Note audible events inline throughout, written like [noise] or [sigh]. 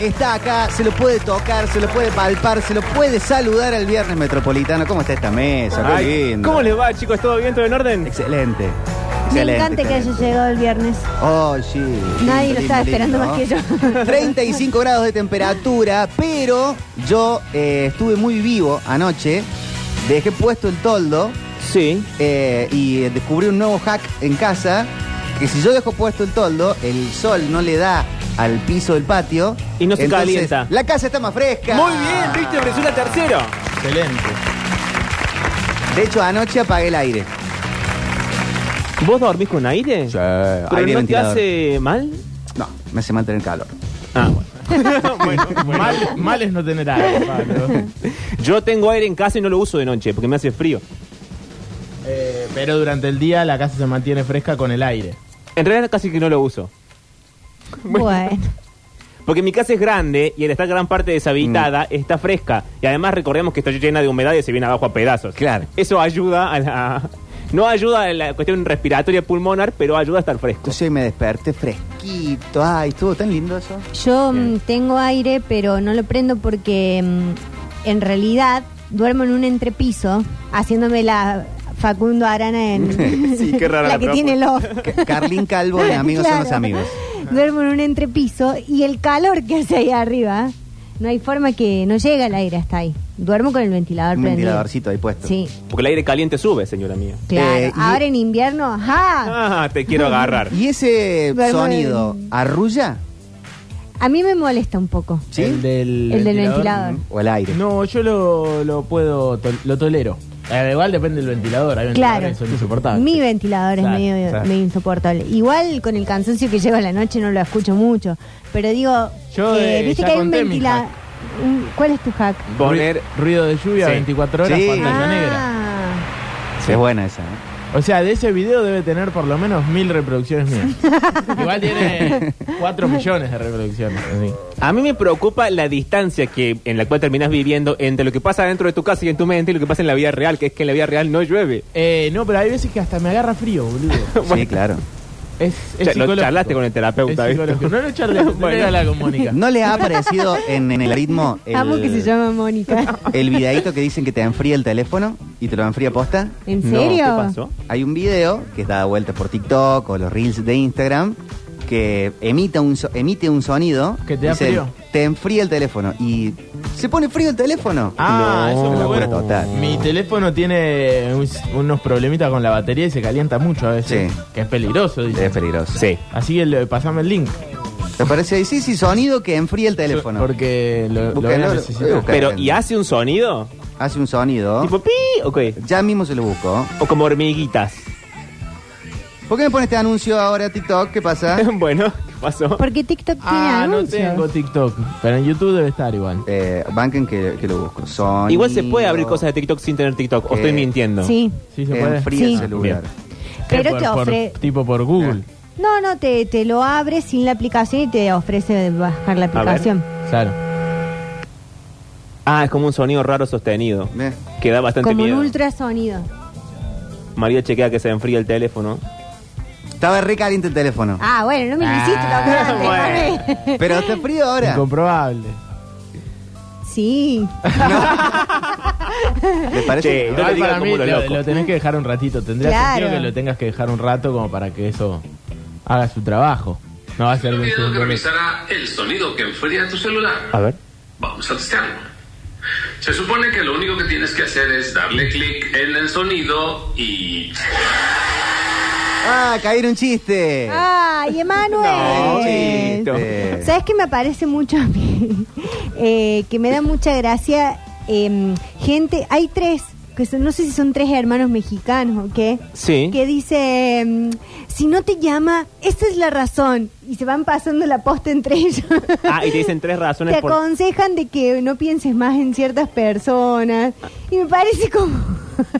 está acá, se lo puede tocar, se lo puede palpar, se lo puede saludar al viernes metropolitano. ¿Cómo está esta mesa? Qué Ay, lindo. ¿Cómo les va, chicos? ¿Todo bien? ¿Todo en orden? Excelente. Me excelente, encanta que haya excelente. llegado el viernes. Oh, sí. Nadie lo estaba Lindo, esperando lindo, más que [laughs] yo. [laughs] ¿no? 35 grados de temperatura, pero yo eh, estuve muy vivo anoche. Dejé puesto el toldo Sí. eh, y descubrí un nuevo hack en casa. Que si yo dejo puesto el toldo, el sol no le da al piso del patio. Y no se entonces calienta. La casa está más fresca. Muy bien, Richter resulta tercero. [laughs] Excelente. De hecho, anoche apagué el aire. ¿Vos dormís con aire? ¿Pero aire no te ventilador. hace mal? No, me hace mantener calor. Ah, bueno. [laughs] Bueno, bueno. Mal, mal es no tener [laughs] aire, Pablo. Yo tengo aire en casa y no lo uso de noche porque me hace frío. Eh, pero durante el día la casa se mantiene fresca con el aire. En realidad casi que no lo uso. Bueno. Porque mi casa es grande y al estar gran parte deshabitada está fresca. Y además recordemos que está llena de humedad y se viene abajo a pedazos. Claro. Eso ayuda a la... [laughs] No ayuda a la cuestión respiratoria pulmonar, pero ayuda a estar fresco. Entonces me desperté fresquito. Ay, estuvo tan lindo eso. Yo mm, tengo aire, pero no lo prendo porque mm, en realidad duermo en un entrepiso haciéndome la Facundo [laughs] Arana en Sí, qué rara [laughs] la la que propuesta. tiene los Ca- Carlín Calvo [laughs] y amigos son los Claro. amigos. Duermo en un entrepiso y el calor que hace ahí arriba, no hay forma que no llega el aire hasta ahí. Duermo con el ventilador Un prendido. ventiladorcito ahí puesto. Sí, Porque el aire caliente sube, señora mía. claro. Eh, y- Ahora en invierno, ajá. Ah, te quiero agarrar. ¿Y ese Duermo sonido en- arrulla? A mí me molesta un poco. ¿Sí? El del, El del ventilador. ¿O el aire? No, yo lo, lo puedo, tol- lo tolero. Eh, igual depende del ventilador. Hay Claro. ventiladores que son insoportables. Mi ventilador es Claro, medio, claro. medio insoportable. Igual con el cansancio que llevo a la noche no lo escucho mucho. Pero digo, Yo, eh, viste ya que hay un conté mi ventilador. ¿Cuál es tu hack? Ru- Poner- ruido de lluvia Sí. 24 horas, Sí. pantalla Ah. negra. Es buena esa. ¿eh? [laughs] O sea, de ese video debe tener por lo menos mil reproducciones [laughs] mías. Igual tiene 4 millones de reproducciones. así. A mí me preocupa la distancia que en la cual terminás viviendo entre lo que pasa dentro de tu casa y en tu mente y lo que pasa en la vida real, que es que en la vida real no llueve. Eh, no, pero hay veces que hasta me agarra frío, boludo. Sí, claro. Es, es Cha- lo psicológico. charlaste con el terapeuta, Es ¿viste? psicológico. No lo charlé, Bueno. bueno. hablar con Mónica. [laughs] ¿No le ha aparecido en, en el ritmo el, Amo que se [laughs] llama Mónica. el videíto que dicen que te enfría el teléfono y te lo enfría posta? ¿En No, serio? ¿Qué pasó? Hay un video que da vueltas por TikTok o los reels de Instagram que emita un so- emite un sonido Que te da dice, frío. Te enfría el teléfono y se pone frío el teléfono. Ah, No, eso es muy la bueno. buena total. Mi teléfono tiene un- unos problemitas con la batería y se calienta mucho a veces. Sí. Que es peligroso, dice. Es peligroso. Sí. Así que lo- pasame el link. ¿Te parece ahí? Sí, sí, sonido que enfría el teléfono. Porque lo, lo voy Búsquenlo, a eh, necesitar. busca. Pero, ¿y hace un sonido? Hace un sonido. Tipo pi, ok. Ya mismo se lo busco. O como hormiguitas. ¿Por qué me pone este anuncio ahora TikTok? ¿Qué pasa? [laughs] [laughs] bueno, ¿qué pasó? Porque TikTok tiene Ah, no anuncios. tengo TikTok. Pero en YouTube debe estar igual. Eh, banquen que, que lo busco. Sonido. Igual se puede abrir cosas de TikTok sin tener TikTok, o Eh, estoy mintiendo. Sí. Sí, se puede. Enfría Sí. el celular. Bien. Pero Por- te por- ofre- tipo por Google. No, no, te, te lo abre sin la aplicación y te ofrece bajar la ver. aplicación. Claro. Ah, es como un sonido raro sostenido. Bien. Que da bastante Como un miedo. ultrasonido. María chequea que se enfría el teléfono. Estaba re caliente el teléfono. Ah, bueno, no me lo Ah, hiciste, lo bueno. acordaste, Jorge. Pero está frío ahora. Incomprobable. [laughs] Sí. ¿Les parece? Che, que- no- Igual te digas para cómo mí lo Eh, lo, loco. lo tenés que dejar un ratito. Tendría Claro. sentido que lo tengas que dejar un rato como para que eso haga su trabajo. No va a ser de El un video que segundo. revisará el sonido que enfría tu celular. A ver. Vamos a testearlo. Se supone que lo único que tienes que hacer es darle clic en el sonido y Ah, caí en un chiste. Ah. ¡Ay, No, Emanuel! chito. Eh, ¿Sabes qué me parece mucho a mí? Eh, que me da mucha gracia. em, gente, hay tres, que son- no sé si son tres hermanos mexicanos o qué, Sí. que dice, em, si no te llama, esa es la razón. Y se van pasando la posta entre ellos. Ah, y te dicen tres razones [laughs] Te por- aconsejan de que no pienses más en ciertas personas. Y me parece como...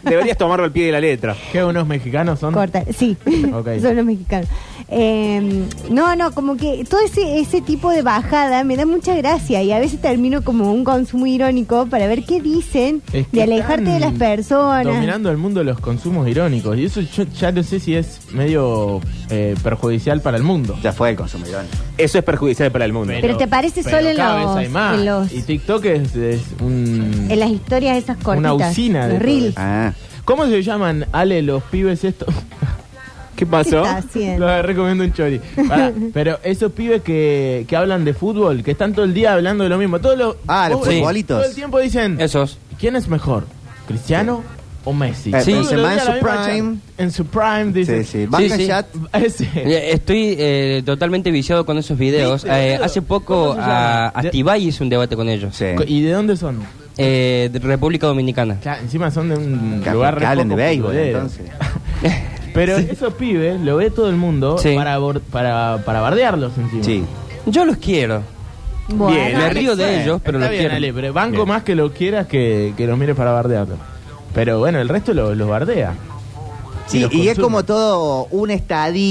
Deberías tomarlo al pie de la letra. ¿Qué, unos mexicanos son? Corta, sí, [laughs] Ok. [laughs] son los mexicanos. Eh, no, no, como que todo ese, ese tipo de bajada me da mucha gracia y a veces termino como un consumo irónico para ver qué dicen Es que de alejarte de están las personas. Dominando el mundo los consumos irónicos. Y eso yo ya no sé si es medio eh, perjudicial para el mundo. ya fue el consumidor. Eso es perjudicial para el mundo. Pero te parece solo en cada los- vez hay más. en los- Y TikTok es, es un... En las historias esas Una cortitas. usina de los reels. Ah. ¿Cómo se llaman, Ale, los pibes estos? ¿Qué ¿Qué pasó? está haciendo? Los recomiendo un chori. Pará, pero esos pibes que, que hablan de fútbol, que están todo el día hablando de lo mismo. Todos los, Ah, los todos- futbolitos. Todo el tiempo dicen, Esos. ¿quién es mejor? ¿Cristiano o Messi? Eh, Sí. Todos los días Benzema en la su misma prime. charla. En su prime, Sí, dicen. sí. Banca sí. chat. [laughs] Ese. Eh, Estoy eh, totalmente viciado con esos videos. ¿Viste, Eh, boludo? hace poco ¿Cómo se a, llama? a Tibay hizo un debate con ellos. Sí. ¿Y de dónde son? Eh, de República Dominicana. Ya, encima son de un Que lugar re hablen de poco béisbol, futbolero. entonces. [laughs] Pero esos pibes lo ve todo el mundo Sí. para, bor- para, para bardearlos encima. Sí. Yo los quiero. Bueno, Bien, Me río de ellos, pero los Está bien, quiero. Ale, pero banco Bien. más que lo quieras que, que los mires para bardearlo. Pero bueno, el resto lo- los bardea. Sí, los y es consume. como todo una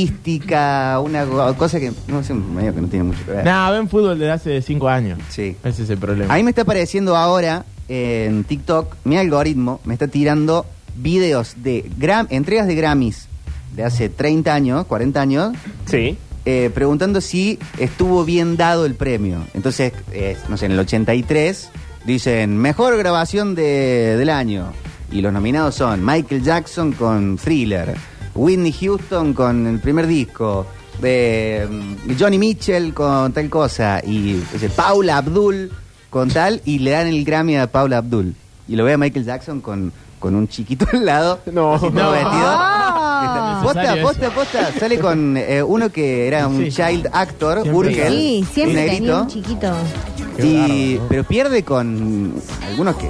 estadística, una go- cosa que no sé, medio que no tiene mucho que ver. Nah, ven fútbol desde hace 5 años. Eh. Sí. Ese es el problema. Ahí me está apareciendo ahora eh, en TikTok, mi algoritmo me está tirando videos de gram- entregas de Grammys de hace 30 años, 40 años, Sí. eh, preguntando si estuvo bien dado el premio. Entonces, eh, no sé, en el 83 dicen mejor grabación de- del año. Y los nominados son Michael Jackson con Thriller, Whitney Houston con el primer disco, eh, Johnny Mitchell con tal cosa, y dice, Paula Abdul con tal, y le dan el Grammy a Paula Abdul. Y lo ve a Michael Jackson con, con un chiquito al lado. No. así todo No. vestido. Ah. Posta, Necesario posta, posta. Sale con eh, uno que era un Sí. child actor, Siempre. Burgel, Sí, siempre un tenía negrito. un chiquito. Qué y, bárbaro, ¿no? Pero pierde con algunos que.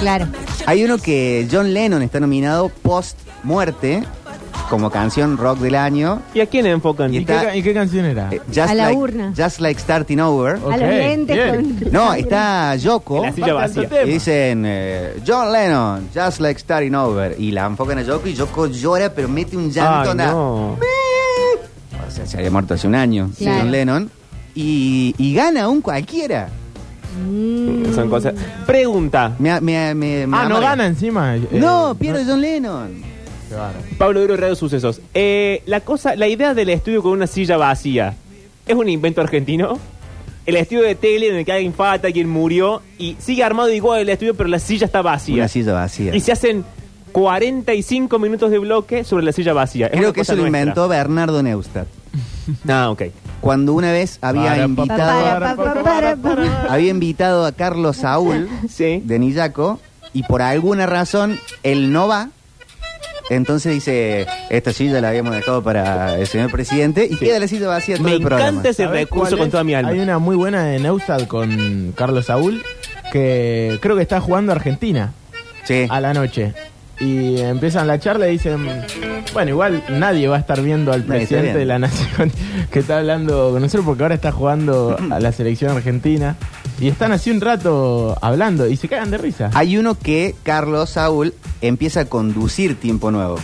Claro. Hay uno que John Lennon está nominado post muerte como canción rock del año. ¿Y a quién enfocan? Y ¿Y, qué, está- ca- y qué canción era? eh, A la like, urna. Just like starting over. Ok, a los lentes bien. con- No, está Yoko. En la silla Bastante vacía. tema. Y dicen eh, John Lennon, just like starting over. Y la enfocan a Yoko y Yoko llora, pero mete un llanto. Ay, onda, no. O sea, se había muerto hace un año, Sí. John Claro. Lennon. Y, y gana un cualquiera. Mm. Son cosas. Pregunta. Me, me- me- me Ah, no amarga. gana encima. eh, No, pierde John Lennon. Qué bárbaro. Pablo Duro, Radio Sucesos. Eh, la cosa, la idea del estudio con una silla vacía, ¿es un invento argentino? El estudio de tele en el que alguien falta, quien murió, y sigue armado igual el estudio, pero la silla está vacía. Una silla vacía. eh. Y se hacen 45 minutos de bloque sobre la silla vacía. Es Creo una que cosa eso lo nuestra. inventó Bernardo Neustadt. Ah, ok. Cuando una vez había Para, pa, invitado, Papara, papara, papara. había invitado a Carlos Saúl Sí. de Nillaco y por alguna razón él no va. Entonces dice, esta silla la habíamos dejado para el señor presidente y queda la silla vacía todo Me el programa. encanta ese ¿Sabés recurso cuál con es? toda mi alma. Hay una muy buena de Neustadt con Carlos Saúl que creo que está jugando Argentina. Sí. a la noche. Y empiezan la charla y dicen, bueno, igual nadie va a estar viendo al Nadie está presidente de viendo. la nación [laughs] que está hablando con nosotros porque ahora está jugando a la selección argentina. Y están así un rato hablando y se cagan de risa. Hay uno que Carlos Saúl empieza a conducir Tiempo Nuevo.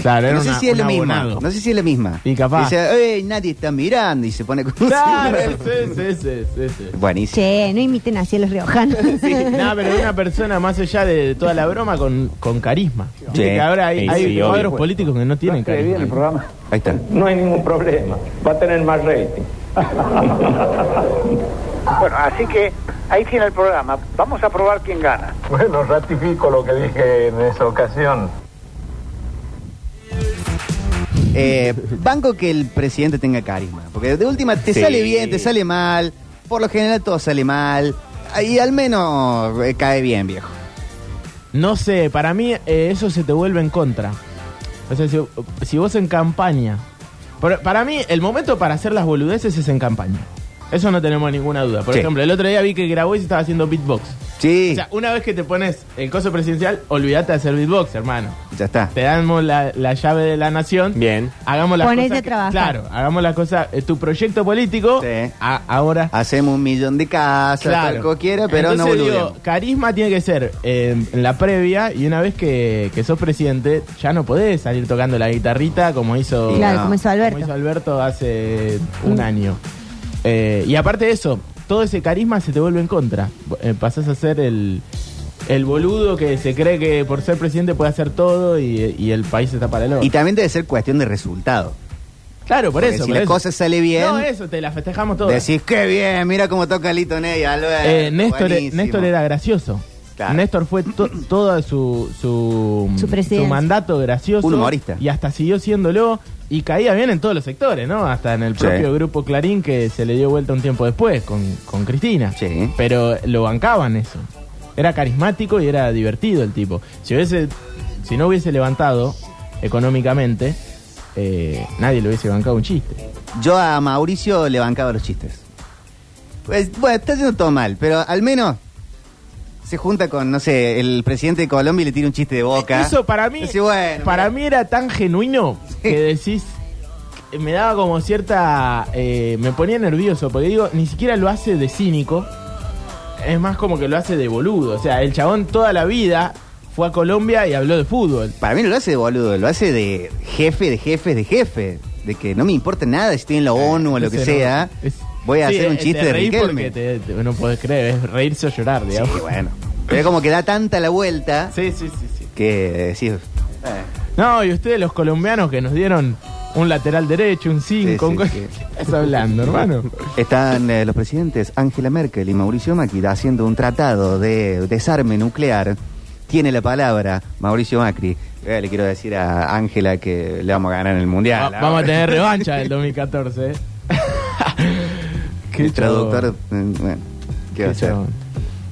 claro, era no sé una- si es un la misma. abonado. No sé si es la misma. Y capaz. Dice, "Ey, nadie está mirando y se pone a conducir. Claro, [laughs] sí, sí, sí, sí, sí. Buenísimo. Che, no imiten así a los riojanos. [laughs] Sí, nada, pero una persona más allá de toda la broma con, con carisma. Viste Sí. que ahora hay, Sí, hay sí, cuadros obvio. políticos que no tienen carisma. el programa, Ahí está. no hay ningún problema. Va a tener más rating. [laughs] Bueno, así que ahí tiene el programa. Vamos a probar quién gana. Bueno, ratifico lo que dije en esa ocasión. Eh, banco que el presidente tenga carisma. Porque de última te Sí. sale bien, te sale mal. Por lo general todo sale mal. Y al menos eh, cae bien, viejo. No sé, para mí eh, eso se te vuelve en contra. O sea, si, si vos en campaña. Por- para mí, el momento para hacer las boludeces es en campaña. Eso no tenemos ninguna duda. Por Sí. ejemplo, el otro día vi que grabó y se estaba haciendo beatbox. Sí, O sea, una vez que te pones el coso presidencial, olvídate de hacer beatbox, hermano. ya está. Te damos la, la llave de la nación. Bien. Hagamos las Ponete cosas. a que- trabajar. Claro, hagamos las cosas. eh, tu proyecto político. Sí. a- ahora. Hacemos un millón de casas, tal cualquiera, pero no Entonces, digo, boludeamos. Carisma tiene que ser eh, en la previa y una vez que, que sos presidente, ya no podés salir tocando la guitarrita como hizo, Sí, Claro, no. como hizo como hizo Alberto. Mm. Alberto hace un año. Eh, y aparte de eso, todo ese carisma se te vuelve en contra. Eh, pasás a ser el, el boludo que se cree que por ser presidente puede hacer todo y, y el país está para el otro. Y también debe ser cuestión de resultado. Claro, por Porque eso. si por la eso. cosa sale bien, No, eso, te la festejamos todas. decís, qué bien, mira cómo toca Lito Ney, Albert. Eh, Néstor, Buenísimo. Néstor era gracioso. Claro. Néstor fue to- todo su, su, Su presidencia. mandato gracioso. Un humorista. Y hasta siguió siéndolo. Y caía bien en todos los sectores, ¿no? Hasta en el Sí. propio grupo Clarín que se le dio vuelta un tiempo después con, con Cristina. Sí. Pero lo bancaban eso. Era carismático y era divertido el tipo. Si, hubiese, si no hubiese levantado económicamente, eh, nadie le hubiese bancado un chiste. Yo a Mauricio le bancaba los chistes. Pues, bueno, está haciendo todo mal, pero al menos se junta con, no sé, el presidente de Colombia y le tira un chiste de boca. Eso para mí, Decís, bueno, para mira. mí era tan genuino que decís, que me daba como cierta, eh, me ponía nervioso porque digo, ni siquiera lo hace de cínico, es más como que lo hace de boludo, o sea, el chabón toda la vida fue a Colombia y habló de fútbol. Para mí no lo hace de boludo, lo hace de jefe, de jefe, de jefe. De que no me importa nada si estoy en la ONU o lo que Eh, Ese no, sea. es- Voy a Sí, eh, hacer un te chiste de reís porque Riquelme. te- te- no podés creer, es reírse o llorar, Sí, digamos. bueno. Pero como que da tanta la vuelta Sí, sí, sí, sí. que decís. No, y ustedes los colombianos que nos dieron un lateral derecho, un 5, sí, un... co- sí. ¿Qué [laughs] estás hablando, hermano? Están eh, los presidentes Angela Merkel y Mauricio Macri haciendo un tratado de desarme nuclear. Tiene la palabra Mauricio Macri. Eh, le quiero decir a Ángela que le vamos a ganar en el Va- mundial. vamos a tener revancha [laughs] del 2014. ¿eh? que el traductor. mm, Bueno, ¿qué va a Qué hacer? chabón.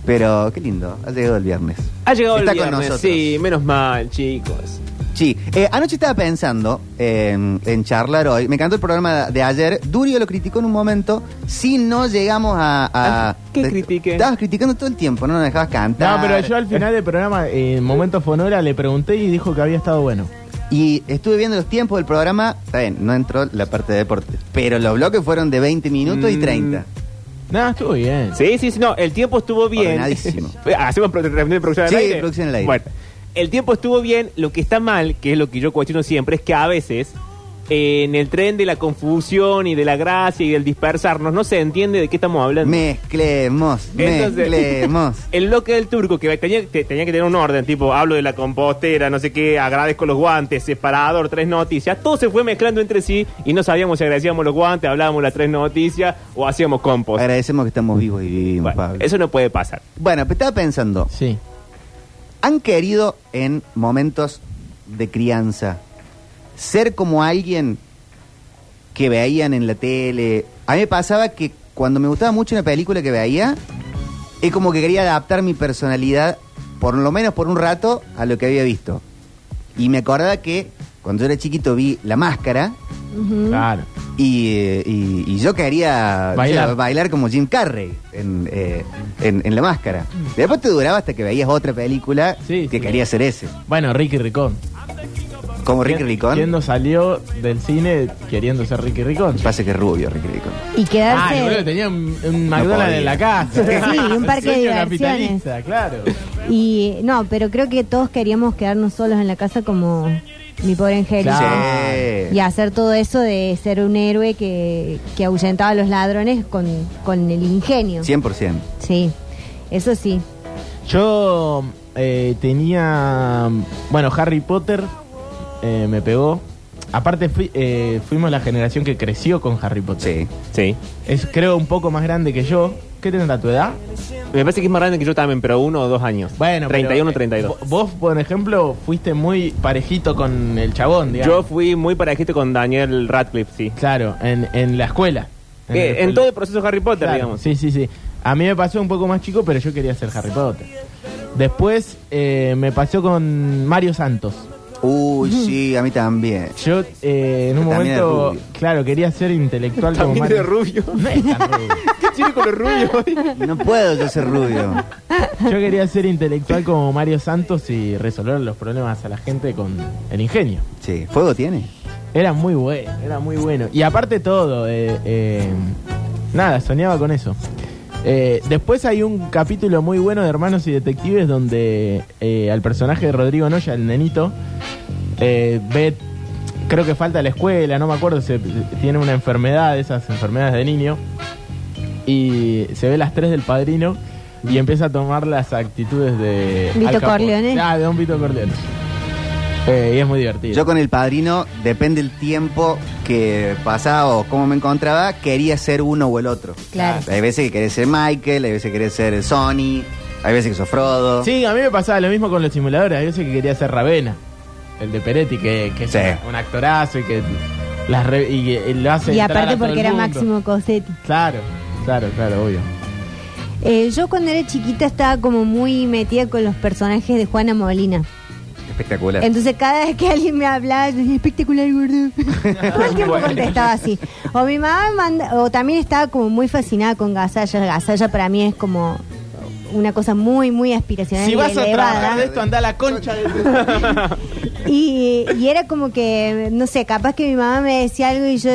Pero qué lindo, ha llegado el viernes. Ha llegado Está el con viernes, nosotros. sí, menos mal, chicos. Sí, eh, anoche estaba pensando eh, en, en charlar hoy. Me encantó el programa de ayer. Durio lo criticó en un momento. Si no llegamos a. a- Ah, ¿qué de- critiqué? Estabas criticando todo el tiempo, no nos dejabas cantar. No, pero yo al final del programa, eh, en momento fonora, le pregunté y dijo que había estado bueno. Y estuve viendo los tiempos del programa. Está bien, no entró la parte de deportes. Pero los bloques fueron de 20 minutos y Mm. 30. No, estuvo bien. Sí, sí, sí, no, el tiempo estuvo bien. [laughs] Eh, Ordenadísimo. Hacemos pro- reunión de producción al Sí, aire. producción al aire. Bueno, el tiempo estuvo bien, lo que está mal, que es lo que yo cuestiono siempre, es que a veces eh, en el tren de la confusión y de la gracia y del dispersarnos no se entiende de qué estamos hablando. Mezclemos, Entonces- [laughs] mezclemos. El bloque del turco que tenía, te- tenía que tener un orden, tipo hablo de la compostera, no sé qué, agradezco los guantes, separador, tres noticias, todo se fue mezclando entre sí y no sabíamos si agradecíamos los guantes, hablábamos las tres noticias o hacíamos compost. Agradecemos que estamos vivos y vivimos, Bueno, Pablo. eso no puede pasar. Bueno, pero estaba pensando. Sí. ¿Han querido en momentos de crianza ser como alguien que veían en la tele? A mí me pasaba que cuando me gustaba mucho una película que veía, es como que quería adaptar mi personalidad, por lo menos por un rato, a lo que había visto. Y me acordaba que cuando yo era chiquito vi La Máscara Claro. y, eh, y- y yo quería no sé, Bailar. bailar como Jim Carrey en, eh, en- en La Máscara. Después te duraba hasta que veías otra película Sí, que sí. quería ser ese. Bueno, Ricky Ricón. Como Ricky ¿Quién Ricón. no salió del cine queriendo ser Ricky Ricón? Pasa que es rubio Ricky Ricón. Y Ah, quedarse. boludo, tenía un, un McDonald's podía. en la casa. Sí, [laughs] y un parque de Sueño diversiones. capitalista, claro. Y no, pero creo que todos queríamos quedarnos solos en la casa como mi pobre Angélica. Sí. Y hacer todo eso de ser un héroe que, que ahuyentaba a los ladrones con, con el ingenio. 100%. Sí, eso sí. Yo eh, tenía. Bueno, Harry Potter eh, me pegó. Aparte, fui- eh, fuimos la generación que creció con Harry Potter. Sí. Sí. Es, creo, un poco más grande que yo. ¿Qué tendrá tu edad? Me parece que es más grande que yo también, pero uno o dos años. Bueno, pero, 31 o eh, 32. vo- Vos, por ejemplo, fuiste muy parejito con el chabón, digamos. Yo fui muy parejito con Daniel Radcliffe, sí. Claro, en, en la escuela. Eh, el- en todo el proceso Harry Potter, Claro, digamos. Sí, sí, sí. A mí me pasó un poco más chico, pero yo quería ser Harry Potter. Después eh, me pasó con Mario Santos. Uy, sí, a mí también. Yo eh, en un También era momento, rubio. claro, quería ser intelectual como También Mario. de rubio. [laughs] [laughs] No es tan rubio. ¿Qué tiene con los rubios [laughs] hoy? No puedo yo ser rubio. Yo quería ser intelectual como Mario Santos y resolver los problemas a la gente con el ingenio. Sí. ¿Fuego tiene? Era muy bueno, era muy bueno. Y aparte todo, eh, eh, nada, soñaba con eso. Eh, después hay un capítulo muy bueno de Hermanos y Detectives donde eh, al personaje de Rodrigo Noya, el nenito, eh, ve, creo que falta a la escuela, no me acuerdo, se, tiene una enfermedad, esas enfermedades de niño, y se ve las tres del padrino y empieza a tomar las actitudes de... Vito Al Capone. Corleone. Ah, de un Vito Corleone. Eh, y es muy divertido. Yo con el padrino, depende el tiempo, que pasaba o cómo me encontraba, quería ser uno o el otro. Claro. Hay veces que querés ser Michael, hay veces que querés ser Sony, hay veces que sos Frodo. Sí, a mí me pasaba lo mismo con los simuladores. Hay veces que quería ser Ravena, el de Peretti, que, que es Sí. un- un actorazo y que, las re- y que- y lo hace. Y entrar a aparte todo porque el era mundo. Máximo Cosetti. Claro, claro, claro, obvio. Eh, yo cuando era chiquita estaba como muy metida con los personajes de Juana Molina. Espectacular. Entonces cada vez que alguien me hablaba, yo decía, espectacular, gordo. [laughs] Todo el tiempo contestaba así. O mi mamá me manda- o también estaba como muy fascinada con Gazalla. Gazalla para mí es como una cosa muy, muy aspiracional Si y vas a trabajar elevada. de esto, anda a la concha de Y, y era como que, no sé, capaz que mi mamá me decía algo y yo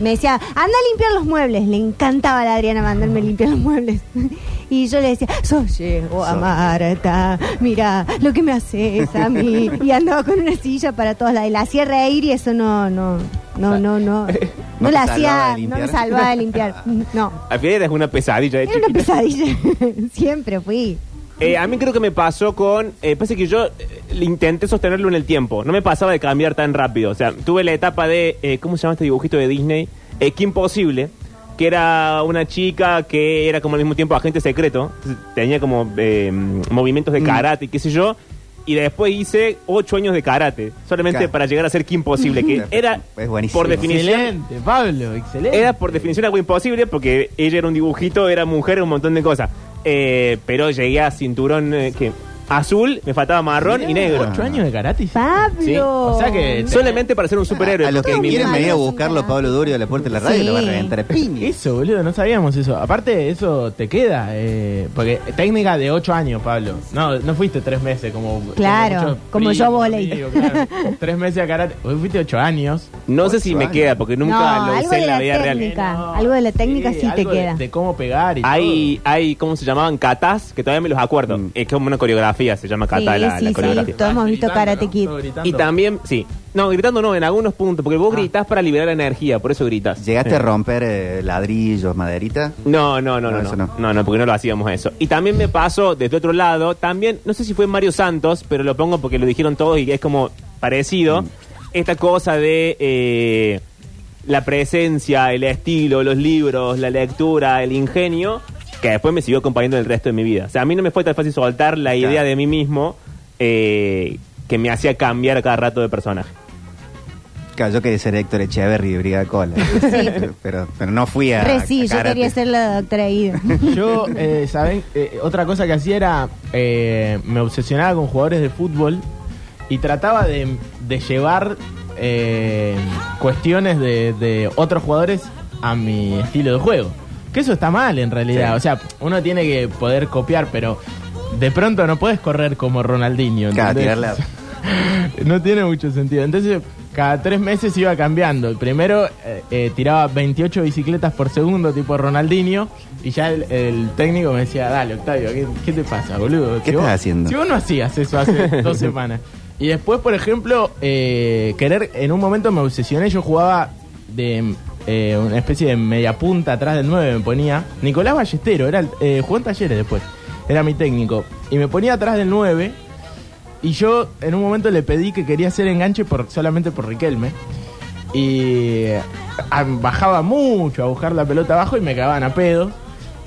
me decía, anda a limpiar los muebles. Le encantaba a la Adriana mandarme a limpiar los muebles. [laughs] Y yo le decía, yo llego a Marta, mira lo que me haces a [laughs] mí. Y andaba con una silla para todos lados. Y la hacía reír y eso no, no, no, no, no. No eh, te la salvaba hacía, de no me limpiar. salvaba [laughs] de limpiar. No, Al final eres una pesadilla de era una chiquita. pesadilla. [laughs] Siempre fui. Eh, a mí creo que me pasó con. Eh, pasa que yo eh, intenté sostenerlo en el tiempo. No me pasaba de cambiar tan rápido. O sea, tuve la etapa de. eh, ¿Cómo se llama este dibujito de Disney? Eh, Kim Possible. Que era una chica que era como al mismo tiempo agente secreto. Entonces, tenía como eh, movimientos Mm. de karate, qué sé yo. Y después hice ocho años de karate. Solamente Claro. para llegar a ser Kim Possible. Que Perfecto. era. Es buenísimo. Por definición. Excelente, Pablo, excelente. Era por definición algo imposible porque ella era un dibujito, era mujer, un montón de cosas. Eh, pero llegué a cinturón eh, que azul, me faltaba marrón y negro. ¿Ocho años de karate? sí. Pablo. Sí, o sea que- Solamente para ser un superhéroe. A los que Todo quieren mal, venir a es un buscarlo, carajo. Pablo Durio, a la puerta de la radio, Sí. lo van a reventar a piña. Eso, boludo, no sabíamos eso. Aparte, eso te queda. eh, porque técnica de 8 años, Pablo. No, no fuiste 3 meses como. Claro, muchos como yo volei. amigos, claro. [laughs] Tres meses a karate. Hoy fuiste 8 años. no sé si Ocho me años. queda porque nunca No, lo algo usé de en la la vida real. técnica. algo de la técnica sí te Eh, algo de- queda. De, cómo pegar y Hay, hay, ¿cómo se llamaban? Katas, que todavía me los acuerdo. Mm. Es como una coreografía, se llama kata la- la, sí, sí. coreografía. Todos hemos visto Karate Kid. Y también, sí. No, gritando no, en algunos puntos, porque vos gritás para liberar energía, por eso gritas. Ah. ¿Llegaste a romper eh, ladrillos, maderita? No, no, no, No, no, eso no. no. no. No, porque no lo hacíamos eso. Y también me pasó desde otro lado, también, no sé si fue Mario Santos, pero lo pongo porque lo dijeron todos y es como parecido, esta cosa de eh, la presencia, el estilo, los libros, la lectura, el ingenio, que después me siguió acompañando el resto de mi vida. O sea, a mí no me fue tan fácil soltar la idea de mí mismo eh, que me hacía cambiar a cada rato de personaje. Claro, yo quería ser Héctor Echeverry de Brigada Cola. Pero, pero no fui a. Re sí, a yo karate. quería ser la doctora Ida. Yo, eh, ¿saben? Eh, otra cosa que hacía era. eh, me obsesionaba con jugadores de fútbol y trataba de, de llevar eh, cuestiones de, de otros jugadores a mi estilo de juego. Que eso está mal en realidad. O sea, uno tiene que poder copiar, pero de pronto no puedes correr como Ronaldinho. Claro, ¿entendés? tirarla. [laughs] No tiene mucho sentido. Entonces, cada tres meses iba cambiando. Primero eh, eh, tiraba 28 bicicletas por segundo, tipo Ronaldinho. Y ya el, el técnico me decía, dale, Octavio, ¿qué, qué te pasa, boludo? ¿Qué estás haciendo?" Si vos no hacías eso [laughs] hace dos semanas. Y después, por ejemplo, eh, querer, en un momento me obsesioné, yo jugaba de eh, una especie de media punta atrás del 9, me ponía. Nicolás Ballestero, era, el- eh, jugó en talleres después, era mi técnico. Y me ponía atrás del 9 y yo en un momento le pedí que quería hacer enganche por, solamente por Riquelme. Y ah, bajaba mucho a buscar la pelota abajo y me cagaban a pedos.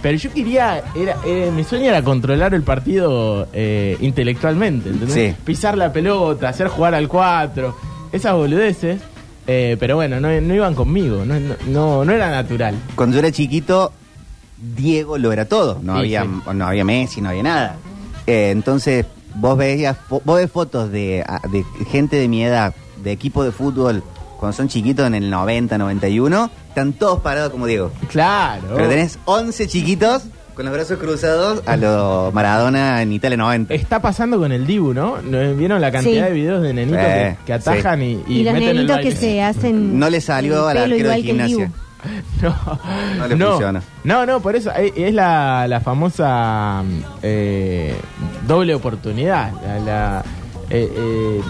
Pero yo quería, era, eh, mi sueño era controlar el partido eh, intelectualmente, ¿entendés? Sí. Pisar la pelota, hacer jugar al 4, esas boludeces. eh, pero bueno, no, no iban conmigo, no, no- no, no era natural. Cuando yo era chiquito, Diego lo era todo. No, Sí, había, sí. no había Messi, no había nada. Eh, entonces, vos veías fo- vos ves fotos de, a- de gente de mi edad, de equipo de fútbol, cuando son chiquitos en el 90, 91, están todos parados como Diego. Claro. Pero tenés 11 chiquitos con los brazos cruzados a lo Maradona en Italia 90. Está pasando con el Dibu, ¿no? ¿No ¿Vieron la cantidad Sí. de videos de nenitos Sí, que, que atajan y, Y, los meten el nenitos que baile? se hacen. No le salió el al pelo arquero de igual que el gimnasia. Dibu. [laughs] No, No le funciona. No, no, por eso eh, es la, la famosa mm, eh, doble oportunidad. La, la, eh, eh,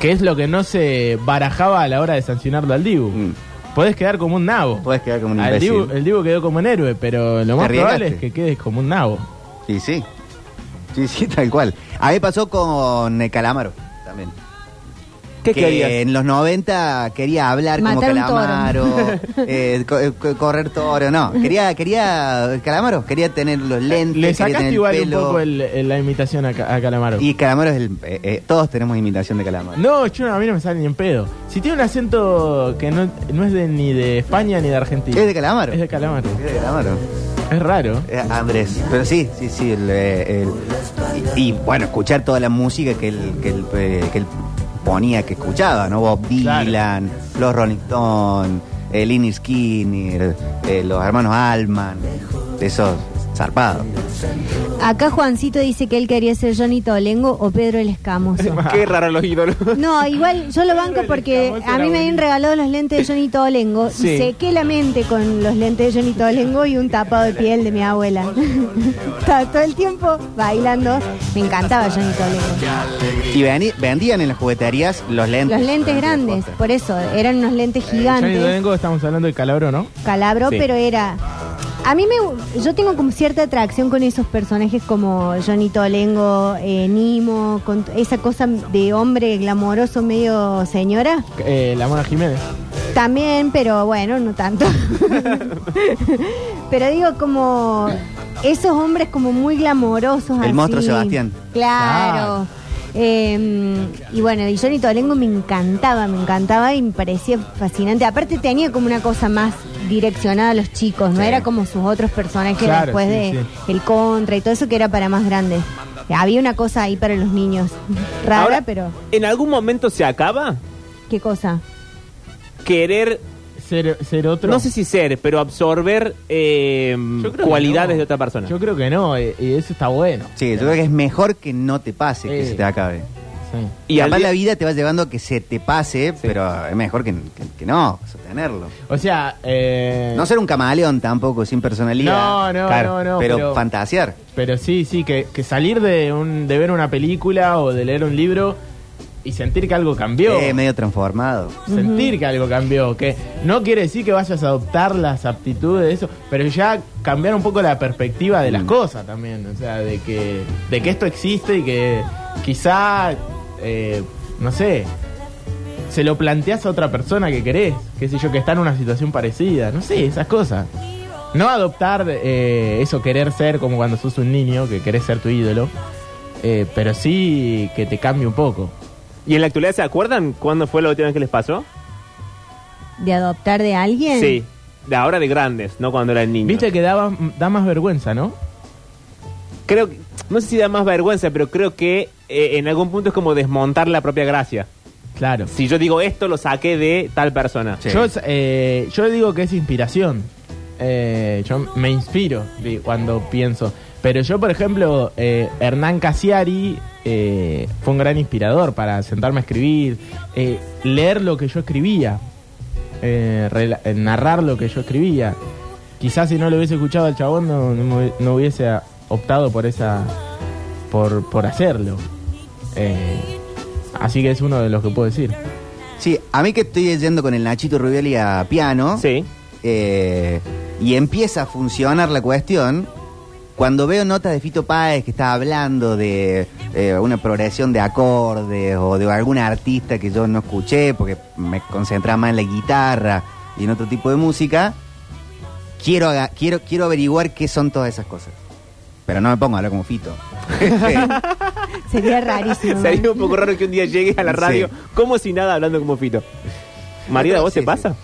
que es lo que no se barajaba a la hora de sancionarlo al Dibu. Mm. Podés quedar como un nabo. Podés quedar como un Al imbécil. Dibu- el Dibu quedó como un héroe, pero lo más probable arriesgaste. es que quedes como un nabo. Sí, sí. [laughs] Sí, sí, tal cual. A mí pasó con eh, Calamaro también. ¿Qué que querías? en los 90 quería hablar Matar un como toro. Calamaro, [laughs] eh, co- eh, co- correr toro, no, quería, quería Calamaro, quería tener los lentes, Le quería sacaste tener igual el pelo. un poco el- el- la imitación a, Ca- a Calamaro. Y Calamaro es el, eh, eh, todos tenemos imitación de Calamaro. No, yo a mí no me sale ni en pedo. Si tiene un acento que no, no es de, ni de España ni de Argentina. Es de Calamaro. Es de Calamaro. Es de Calamaro. Es raro. Eh, Andrés, pero sí, sí, sí. el, eh, el- y, y, bueno, escuchar toda la música que él, que él, eh, que él ponía, que escuchaba, ¿no? Bob Dylan, los Rolling Stones, eh, Linny Skinner, eh, los hermanos Alman, esos zarpados. Acá Juancito dice que él quería ser Johnny Tolengo o Pedro el Escamoso. Qué raro los ídolos. No, igual yo lo banco porque Escamoso a era mí me habían buenísimo. regalado los lentes de Johnny Tolengo Sí. y sequé la mente con los lentes de Johnny Tolengo y un tapado de piel de mi abuela. [laughs] Estaba todo el tiempo bailando. Me encantaba Johnny Tolengo. Y veni- vendían en las jugueterías los lentes. Los lentes grandes, por eso, eran unos lentes Eh, Johnny gigantes. Dodengo, estamos hablando de Calabro, ¿no? Calabro, Sí. pero era. A mí me. Yo tengo como cierta atracción con esos personajes como Johnny Tolengo, eh, Nimo, con t- esa cosa de hombre glamoroso, medio señora. Eh, la Mona Jiménez. También, pero bueno, [laughs] no tanto. pero digo, como. Esos hombres como muy glamorosos. El así. monstruo Sebastián. Claro. Eh, y bueno, y Johnny Tolengo me encantaba, me encantaba y me parecía fascinante. Aparte tenía como una cosa más direccionada a los chicos, no era como sus otros personajes Claro, después sí, de sí. El Contra y todo eso que era para más grandes. Había una cosa ahí para los niños, [laughs] rara, Ahora, pero ¿En algún momento se acaba? qué cosa. Querer, Ser, ser otro. no sé si ser, pero absorber eh, Yo creo que cualidades no. de otra persona. Yo creo que no, eh, y eso está bueno. Sí, yo creo que es mejor que no te pase, que Sí. se te acabe. Sí. Y Y al capaz día- la vida te va llevando a que se te pase, pero es mejor que, que- que no, sostenerlo. O sea, eh, No ser un camaleón tampoco, sin personalidad. No, no, no, no, Pero, pero- fantasear. Pero sí, sí, que, que salir de, un, de ver una película o de leer un libro y sentir que algo cambió. Eh, medio transformado. sentir que algo cambió, que no quiere decir que vayas a adoptar las aptitudes de eso, pero ya cambiar un poco la perspectiva de las cosas también, o sea, de que, de que esto existe y que quizá, eh, no sé, se lo planteas a otra persona que querés, qué sé yo, que está en una situación parecida, no sé, esas cosas. No adoptar eh, eso querer ser como cuando sos un niño, que querés ser tu ídolo, eh, pero sí que te cambie un poco. ¿Y en la actualidad se acuerdan cuándo fue la última vez que les pasó? ¿De adoptar de alguien? Sí. De ahora de grandes, no cuando eran niños. Viste que daba, da más vergüenza, ¿no? Creo que, no sé si da más vergüenza, pero creo que eh, en algún punto es como desmontar la propia gracia. Claro. Si yo digo esto, lo saqué de tal persona. Sí. Yo, eh, yo digo que es inspiración. Eh, yo me inspiro di- cuando pienso. Pero yo, por ejemplo, eh, Hernán Casiari eh, fue un gran inspirador para sentarme a escribir, eh, leer lo que yo escribía, eh, rela- eh, narrar lo que yo escribía. Quizás si no lo hubiese escuchado al chabón no, no me hubi- no hubiese ah, optado por esa por, por hacerlo. Eh, así que es uno de los que puedo decir. Sí, a mí que estoy yendo con el Nachito Rubioli a piano. Sí. eh, y empieza a funcionar la cuestión. Cuando veo notas de Fito Páez que está hablando de eh, una progresión de acordes o de algún artista que yo no escuché porque me concentraba más en la guitarra y en otro tipo de música, quiero, haga- quiero, quiero averiguar qué son todas esas cosas. Pero no me pongo a hablar como Fito. Sería rarísimo. [laughs] Sería un poco raro que un día llegues a la Sí. radio como si nada hablando como Fito. Mariela, ¿vos Sí, te sí. pasa?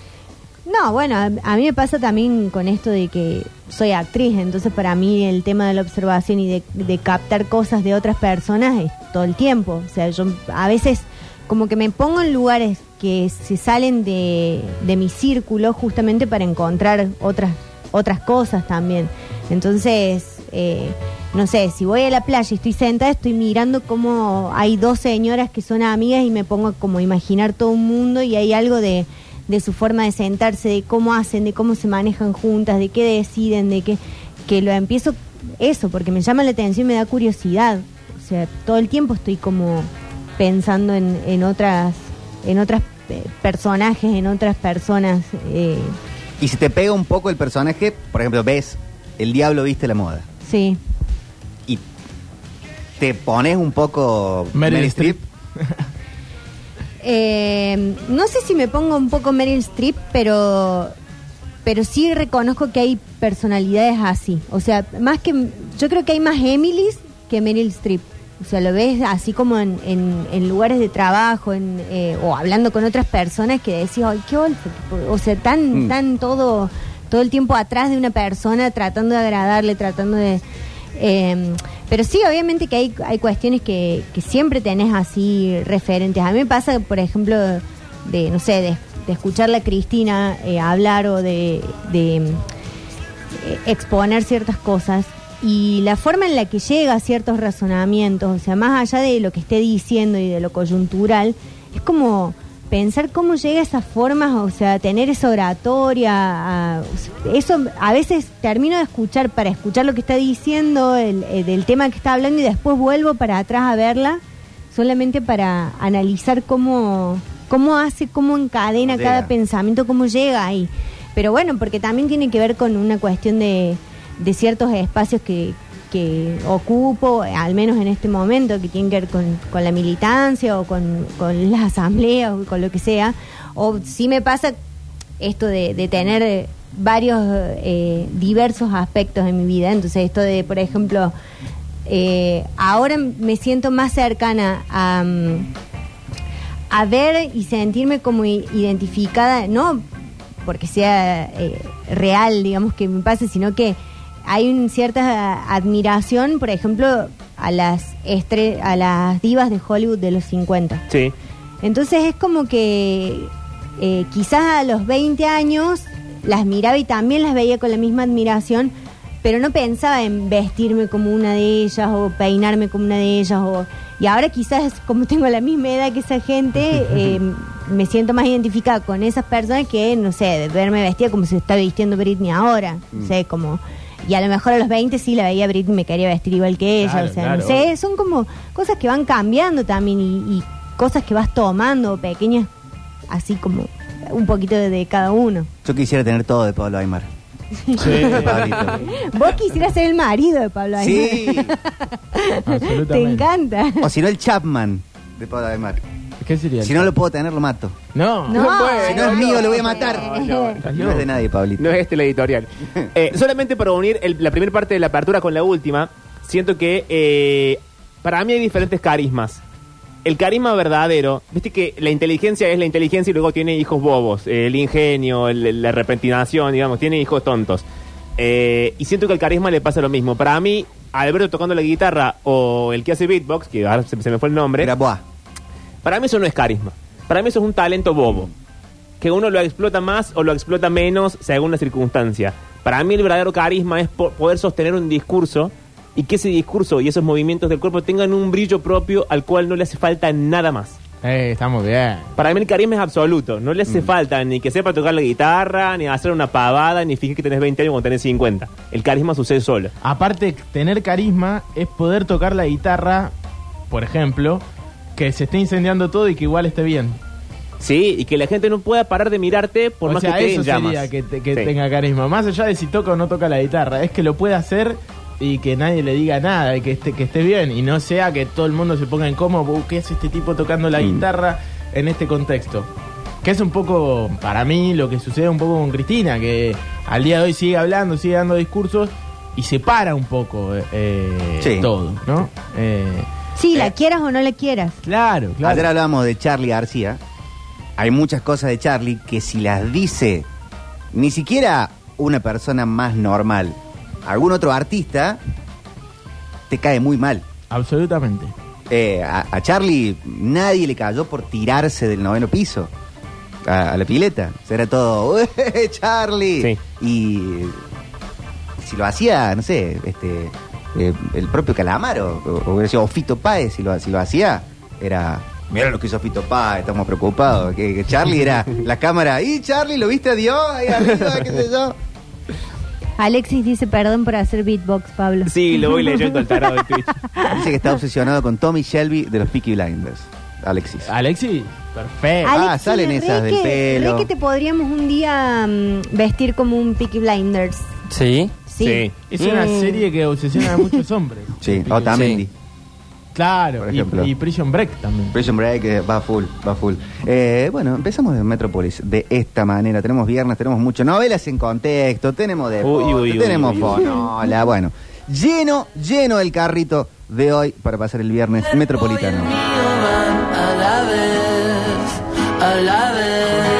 No, bueno, a, a mí me pasa también con esto de que soy actriz, entonces para mí el tema de la observación y de, de captar cosas de otras personas es todo el tiempo. O sea, yo a veces como que me pongo en lugares que se salen de, de mi círculo justamente para encontrar otras, otras cosas también. Entonces, eh, no sé, si voy a la playa y estoy sentada, estoy mirando cómo hay dos señoras que son amigas y me pongo como a imaginar todo un mundo y hay algo de de su forma de sentarse, de cómo hacen, de cómo se manejan juntas, de qué deciden, de qué que lo empiezo eso porque me llama la atención, me da curiosidad. O sea, todo el tiempo estoy como pensando en, en otras en otras eh, personajes, en otras personas. eh, Y si te pega un poco el personaje, por ejemplo, ves El Diablo Viste la Moda sí. y te pones un poco Meryl Streep. eh, no sé si me pongo un poco Meryl Streep, pero, pero sí reconozco que hay personalidades así. O sea, más que. Yo creo que hay más Emilys que Meryl Streep. O sea, lo ves así como en, en- en lugares de trabajo en, eh, o hablando con otras personas que decís, ay, qué olfa. O sea, tan, Mm. tan todo, todo el tiempo atrás de una persona tratando de agradarle, tratando de... eh, pero sí, obviamente que hay, hay cuestiones que, que siempre tenés así referentes. A mí me pasa, por ejemplo, de, no sé, de, de escucharla a Cristina eh, hablar o de- de eh, exponer ciertas cosas y la forma en la que llega a ciertos razonamientos, o sea, más allá de lo que esté diciendo y de lo coyuntural, es como pensar cómo llega a esas formas, o sea, tener esa oratoria, a- eso a veces termino de escuchar para escuchar lo que está diciendo, el- eh, del tema que está hablando y después vuelvo para atrás a verla solamente para analizar cómo, cómo hace, cómo encadena Cómo cada llega. pensamiento, cómo llega ahí. Pero bueno, porque también tiene que ver con una cuestión de, de ciertos espacios que, que ocupo, eh, al menos en este momento, que tienen que ver con, con la militancia o con, con las asambleas o con lo que sea. O sí me pasa esto de, de tener eh, varios eh, diversos aspectos en mi vida. Entonces, esto de, por ejemplo, eh, ahora me siento más cercana a, mm, a ver y sentirme como i- identificada, no porque sea eh, real, digamos, que me pase, sino que hay una cierta admiración, por ejemplo, a las, estre- a las divas de Hollywood de los 50. Sí. Entonces es como que eh, quizás a los 20 años las miraba y también las veía con la misma admiración, pero no pensaba en vestirme como una de ellas o peinarme como una de ellas. O... Y ahora quizás como tengo la misma edad que esa [laughs] gente, eh, me siento más identificada con esas personas que, no sé, de verme vestida como se está vistiendo Britney ahora. Mm. No sé, como... Y a lo mejor a los 20 sí la veía a Britney y me quería vestir igual que ella. Claro, o sea, claro, no sé, obvio. Eh, son como cosas que van cambiando también y, y cosas que vas tomando, pequeñas, así como un poquito de, de cada uno. Yo quisiera tener todo de Pablo Aymar. De [laughs] Pablito. Vos quisieras ser el marido de Pablo Aymar. Sí. absolutamente. Te encanta. O si no, el Chapman de Pablo Aymar. ¿Qué sería? el Si no lo puedo tener, lo mato. No. Si no es mío, lo voy a matar. eh, No, no. No es de nadie, Pablito. No es este la editorial. Eh, solamente para unir el- la primera parte de la apertura con la última, siento que eh, para mí hay diferentes carismas. El carisma verdadero, viste que la inteligencia es la inteligencia y luego tiene hijos bobos, eh, el ingenio, el- el- la repentinación, digamos, tiene hijos tontos. Eh, y siento que al carisma le pasa lo mismo. Para mí, Alberto tocando la guitarra o el que hace beatbox, que ahora se, se me fue el nombre, Era Boa. para mí eso no es carisma. Para mí eso es un talento bobo. Que uno lo explota más o lo explota menos según la circunstancia. Para mí el verdadero carisma es po- poder sostener un discurso y que ese discurso y esos movimientos del cuerpo tengan un brillo propio al cual no le hace falta nada más. Eh, estamos bien. Para mí el carisma es absoluto. No le Mm. hace falta ni que sepa tocar la guitarra, ni hacer una pavada, ni fingir que tenés 20 años cuando tenés 50. El carisma sucede solo. Aparte, tener carisma es poder tocar la guitarra, por ejemplo, que se esté incendiando todo y que igual esté bien. Sí, y que la gente no pueda parar de mirarte por o más sea, que esté eso en llamas. sería que, te- que Sí. tenga carisma. Más allá de si toca o no toca la guitarra, es que lo pueda hacer y que nadie le diga nada y que esté, que esté bien. Y no sea que todo el mundo se ponga en cómo, "Uh, ¿qué es este tipo tocando Mm. la guitarra en este contexto? Que es un poco, para mí, lo que sucede un poco con Cristina, que al día de hoy sigue hablando, sigue dando discursos y se para un poco eh, Sí. todo, ¿no? Eh, Sí, la quieras o no la quieras. claro, claro. Ayer hablábamos de Charlie García. Hay muchas cosas de Charlie que si las dice ni siquiera una persona más normal, algún otro artista, te cae muy mal. Absolutamente. Eh, a, a Charlie nadie le cayó por tirarse del noveno piso a, a la pileta. O sea, Era todo, "¡Eh, Charlie! Y si lo hacía, no sé, este eh, el propio Calamaro, o, o, o Fito Páez, si lo, si lo hacía, era... Mira lo que hizo Fito Páez, estamos preocupados. Que, que Charlie era la cámara. ¡Y Charlie, lo viste a Dios ahí arriba, qué sé yo! Alexis dice perdón por hacer beatbox, Pablo. Sí, lo voy leyendo al [laughs] tarado de Twitch. Dice que está obsesionado con Tommy Shelby de los Peaky Blinders. Alexis. Ah, Alexi, perfecto. Ah, Alexis, salen re esas del que- re pelo. que te podríamos un día mm, vestir como un Peaky Blinders. Sí. Sí. Sí. Mm. Es una serie que obsesiona a muchos hombres. Sí, Otamendi. Sí. Claro, Por y, ejemplo. y Prison Break también. Prison Break eh, va full, va full. Eh, bueno, empezamos de Metrópolis de esta manera. Tenemos viernes, tenemos mucho novelas en contexto, tenemos deporte, Uy, uy, uy, tenemos uy, uy. fonola, bueno. Lleno, lleno el carrito de hoy para pasar el viernes metropolitano. mío van a la vez, a la vez.